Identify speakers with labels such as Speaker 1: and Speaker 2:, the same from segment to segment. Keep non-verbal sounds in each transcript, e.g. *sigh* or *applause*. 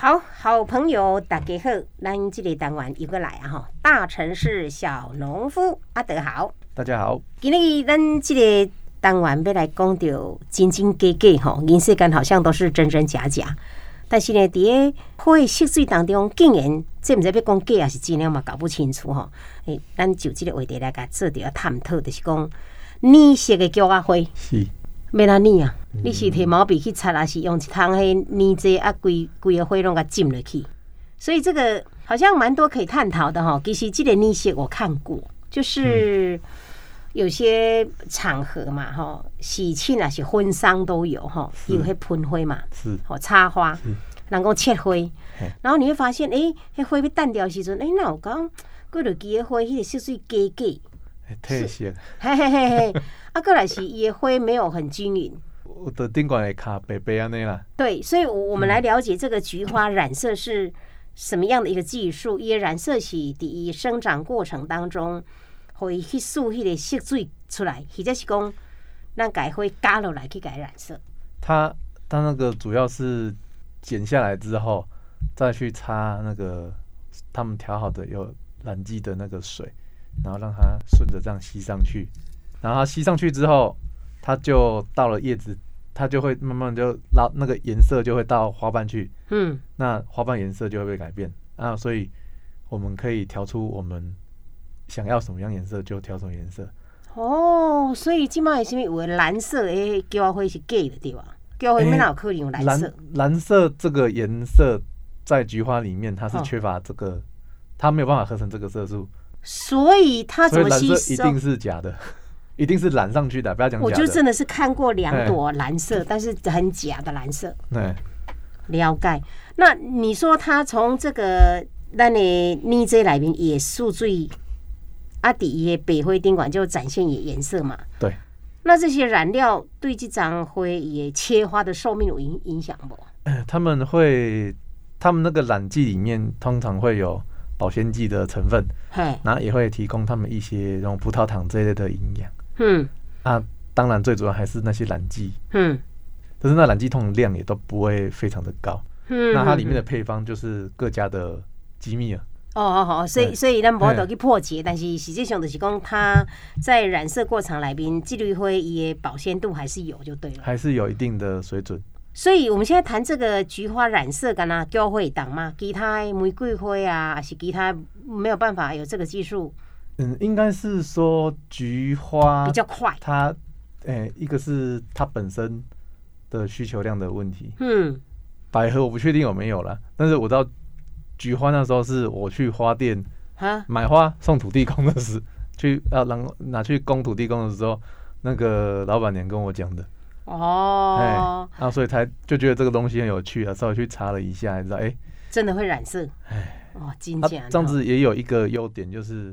Speaker 1: 好好朋友，大家好，咱这个单元又过来啊吼，大城市小农夫阿德好，
Speaker 2: 大家好，
Speaker 1: 今日咱这个单元要来讲到真真假假吼，人世间好像都是真真假假，但是呢，伫个会涉水当中，竟然这毋知要讲假还是真了嘛，搞不清楚吼。诶、咱就这个话题来甲做着探讨，就是讲你色的叫阿灰。
Speaker 2: 是
Speaker 1: 要哪捏啊？你是摕毛笔去擦，还是用一桶迄泥剂啊，规规个灰拢甲浸落去？所以这个好像蛮多可以探讨的哈。其实这个泥屑我看过，就是有些场合嘛，哈，喜庆啊，是婚丧都有哈，有迄喷灰嘛，
Speaker 2: 是
Speaker 1: 吼插花，人讲切灰
Speaker 2: 嘿，
Speaker 1: 然后你会发现，诶、迄灰要淡掉的时阵，诶、那有讲过落去的灰，迄、个细碎假假，
Speaker 2: 哎退色，
Speaker 1: 嘿嘿嘿嘿，啊，过来是伊的灰没有很均匀。
Speaker 2: 我的顶管会卡白白安尼啦，
Speaker 1: 对，所以，我我们来
Speaker 2: 嗯
Speaker 1: 了解这个菊花染色是什么样的一个技术，伊的染色是伫伊生长过程当中，互伊去塑迄个色水出来，或者是讲咱改灰加落来去改染色。
Speaker 2: 它它那个主要是剪下来之后，再去擦那个他们调好的有染剂的那个水，然后让它顺着这样吸上去，然后它吸上去之后，它就到了叶子，它就会慢慢就拉那个颜色就会到花瓣去，
Speaker 1: 嗯，
Speaker 2: 那花瓣颜色就会被改变啊，所以我们可以调出我们想要什么样颜色就调什么颜色。
Speaker 1: 哦，所以即卖是物有的蓝色诶，菊花灰是假的对吧？菊花灰
Speaker 2: 诶
Speaker 1: 没哪有可能有蓝色？
Speaker 2: 蓝色这个颜色在菊花里面，它是
Speaker 1: 哦
Speaker 2: 缺乏这个，它没有办法合成这个色素，
Speaker 1: 所以它怎
Speaker 2: 所以
Speaker 1: 么
Speaker 2: 蓝
Speaker 1: 吸
Speaker 2: 色一
Speaker 1: 收
Speaker 2: 定？是假的， *laughs* 一定是染上去的，不要讲
Speaker 1: 我
Speaker 2: 假
Speaker 1: 就
Speaker 2: 的。
Speaker 1: 真的是看过两朵蓝色，但是很假的蓝色。
Speaker 2: 对，
Speaker 1: 了解。那你说他从这个咱的泥这里面也宿醉，啊，底伊的北灰宾馆就展现伊的颜色嘛。
Speaker 2: 对。 *clears throat*
Speaker 1: 那这些染料对这张灰也切花的寿命有影影响不？
Speaker 2: 呃他们会，他们那个染剂里面通常会有保鲜剂的成分，
Speaker 1: 嘿，
Speaker 2: 然后也会提供他们一些这种葡萄糖这一类的营养。
Speaker 1: 嗯
Speaker 2: 啊，当然最主要还是那些染剂，
Speaker 1: 嗯
Speaker 2: 但是那染剂通常量也都不会非常的高。
Speaker 1: 嗯。
Speaker 2: 那它里面的配方就是各家的机密了。
Speaker 1: 哦哦哦，所以
Speaker 2: 对
Speaker 1: 所以咱无法度去破解，但是实际上就是讲它在染色过程里面，这类灰伊的保鲜度还是有就对了。
Speaker 2: 还是有一定的水准。
Speaker 1: 所以我们现在谈这个菊花染色，干啦，教会党嘛，其他的玫瑰花啊，还是其他没有办法有这个技术
Speaker 2: 嗯，应该是说菊花
Speaker 1: 比较快。
Speaker 2: 它，诶、一个是它本身的需求量的问题，
Speaker 1: 嗯，
Speaker 2: 百合我不确定有没有啦，但是我知道菊花那时候是我去花店
Speaker 1: 哈，
Speaker 2: 买花送土地公的时， *laughs* 去啊，然后拿去供土地公的时候，那个老板娘跟我讲的，哎、
Speaker 1: 哦，
Speaker 2: 啊，所以才就觉得这个东西很有趣啊，稍微去查了一下，知道哎，
Speaker 1: 真的会染色。哦，真
Speaker 2: 啊
Speaker 1: 假、
Speaker 2: 这样子也有一个优点就是，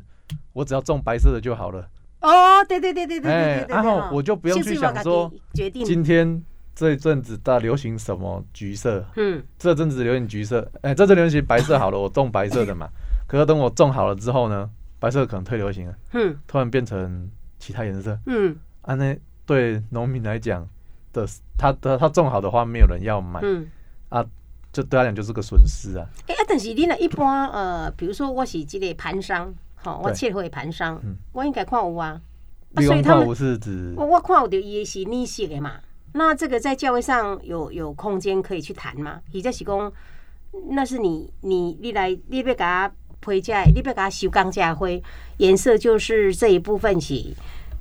Speaker 2: 我只要种白色的就好了。
Speaker 1: 哦，对对对对对对对对。对
Speaker 2: 然后哎啊我就不用去想说，
Speaker 1: 决定。
Speaker 2: 今天这一阵子大流行什么橘色，
Speaker 1: 嗯
Speaker 2: 这阵子流行橘色，哎，这阵流行白色好了，我种白色的嘛。可是等我种好了之后呢，白色可能退流行了，
Speaker 1: 嗯
Speaker 2: 突然变成其他颜色。
Speaker 1: 嗯
Speaker 2: 啊，那对农民来讲的，他他他种好的话，没有人要买，
Speaker 1: 嗯。
Speaker 2: 就对他讲就是个损失啊。
Speaker 1: 哎、啊，但是你若一般呃，比如说我是这个盘商，吼、我
Speaker 2: 对
Speaker 1: 切花的盘商，
Speaker 2: 嗯
Speaker 1: 我应该看有啊。啊
Speaker 2: 绿
Speaker 1: 所以
Speaker 2: 光
Speaker 1: 他
Speaker 2: 矿
Speaker 1: 们
Speaker 2: 物是指
Speaker 1: 我我看有到伊的是逆色的嘛，那这个在教会上有有空间可以去谈嘛？或者是讲，那是你你你来你要给他批价，你要给他修钢架灰颜色，就是这一部分是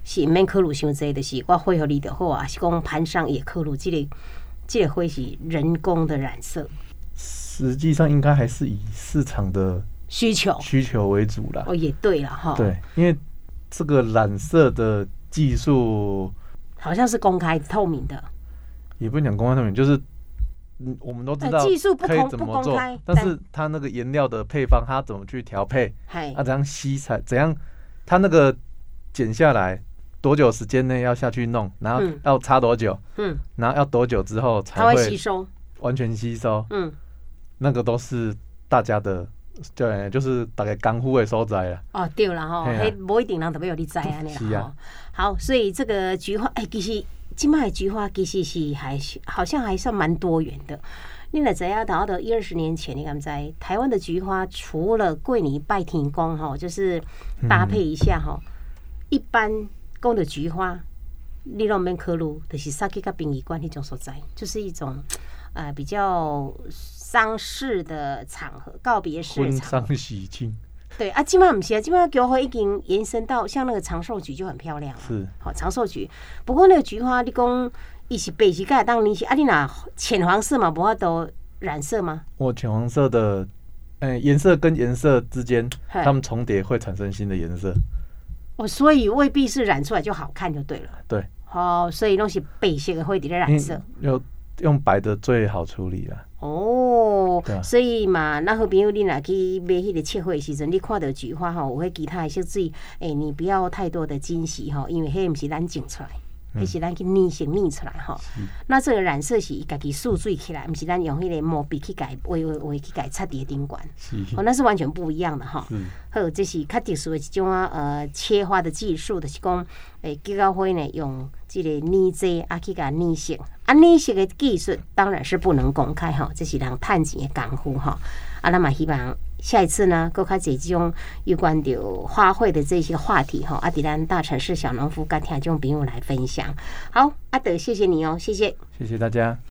Speaker 1: 是免考虑伤济，就是我灰互你就好啊，还是讲盘上也考虑这个这个灰是人工的染色
Speaker 2: 实际上应该还是以市场的
Speaker 1: 需求
Speaker 2: 需求为主啦。
Speaker 1: 哦，也对了哈，
Speaker 2: 对，因为这个染色的技术
Speaker 1: 好像是公开透明的，
Speaker 2: 也不能讲公开透明，就是嗯，我们都知
Speaker 1: 呃
Speaker 2: 道
Speaker 1: 技术不
Speaker 2: 可以
Speaker 1: 同
Speaker 2: 怎
Speaker 1: 不
Speaker 2: 么
Speaker 1: 公
Speaker 2: 做
Speaker 1: 开，
Speaker 2: 但
Speaker 1: 但
Speaker 2: 是它那个颜料的配方，它怎么去调配，
Speaker 1: 嘿
Speaker 2: 啊，，怎样吸才怎样，它那个剪下来多久时间内要下去弄，然后
Speaker 1: 嗯
Speaker 2: 要插多久，
Speaker 1: 嗯，
Speaker 2: 然后要多久之后才
Speaker 1: 它会吸
Speaker 2: 会
Speaker 1: 收，
Speaker 2: 完全吸收，
Speaker 1: 嗯，
Speaker 2: 那个都是大家的。对，就是大概干枯的所在了。
Speaker 1: 哦，对啦吼，
Speaker 2: 嘿啊
Speaker 1: 迄无一定人特别有你知安尼
Speaker 2: 是
Speaker 1: 啦吼
Speaker 2: 啊。
Speaker 1: 好，所以这个菊花，哎、其实即卖的菊花其实是还是好像还算蛮多元的。你若知影，到到一二十年前，你敢知台湾的菊花除了过年拜天公吼，就是搭配一下吼、
Speaker 2: 嗯
Speaker 1: 一般讲的菊花，你拢免考虑，就是杀去甲殡仪馆迄种所在，就是一种呃比较丧事的场合，告别式的
Speaker 2: 婚
Speaker 1: 场合。
Speaker 2: 丧喜庆
Speaker 1: 对啊，今麦唔是啊，今麦菊花已经延伸到像那个长寿菊就很漂亮啊。
Speaker 2: 是
Speaker 1: 好、长寿菊，不过那个菊花你讲伊是白是盖当你是啊，你若浅黄色嘛，无法度染色吗？
Speaker 2: 我浅黄色的，嗯、颜色跟颜色之间，
Speaker 1: 嘿
Speaker 2: 它们重叠会产生新的颜色。
Speaker 1: 哦，所以未必是染出来就好看就对了。
Speaker 2: 对，
Speaker 1: 哦，所以拢是白色的会伫咧染色。
Speaker 2: 因为要嗯用白的最好处理啦。
Speaker 1: 哦
Speaker 2: 对，啊
Speaker 1: 所以嘛，咱好朋友你若去买迄个切花的时阵，你看到菊花吼，有迄其他的色水，诶、你不要太多的惊喜吼，因为迄毋是咱种出来，
Speaker 2: 嗯
Speaker 1: 迄、是咱去捏成捏出来吼。那这个染色是伊家己塑水起来，毋是咱用迄个毛笔去改画画画去改擦伫顶管，
Speaker 2: 是
Speaker 1: 哦，那是完全不一样的吼。
Speaker 2: 是
Speaker 1: 好，这是较特殊的一种啊，呃，切花的技术，就是讲，诶，菊花花呢用这个泥剂啊去甲泥色，啊泥色的技术当然是不能公开吼，这是人趁钱的功夫吼。啊，咱嘛希望下一次呢，搁较侪这种有关着花卉的这些话题吼，啊，伫咱大城市小农夫甲听众朋友来分享。好，啊，德，谢谢你哦，谢谢。
Speaker 2: 谢谢大家。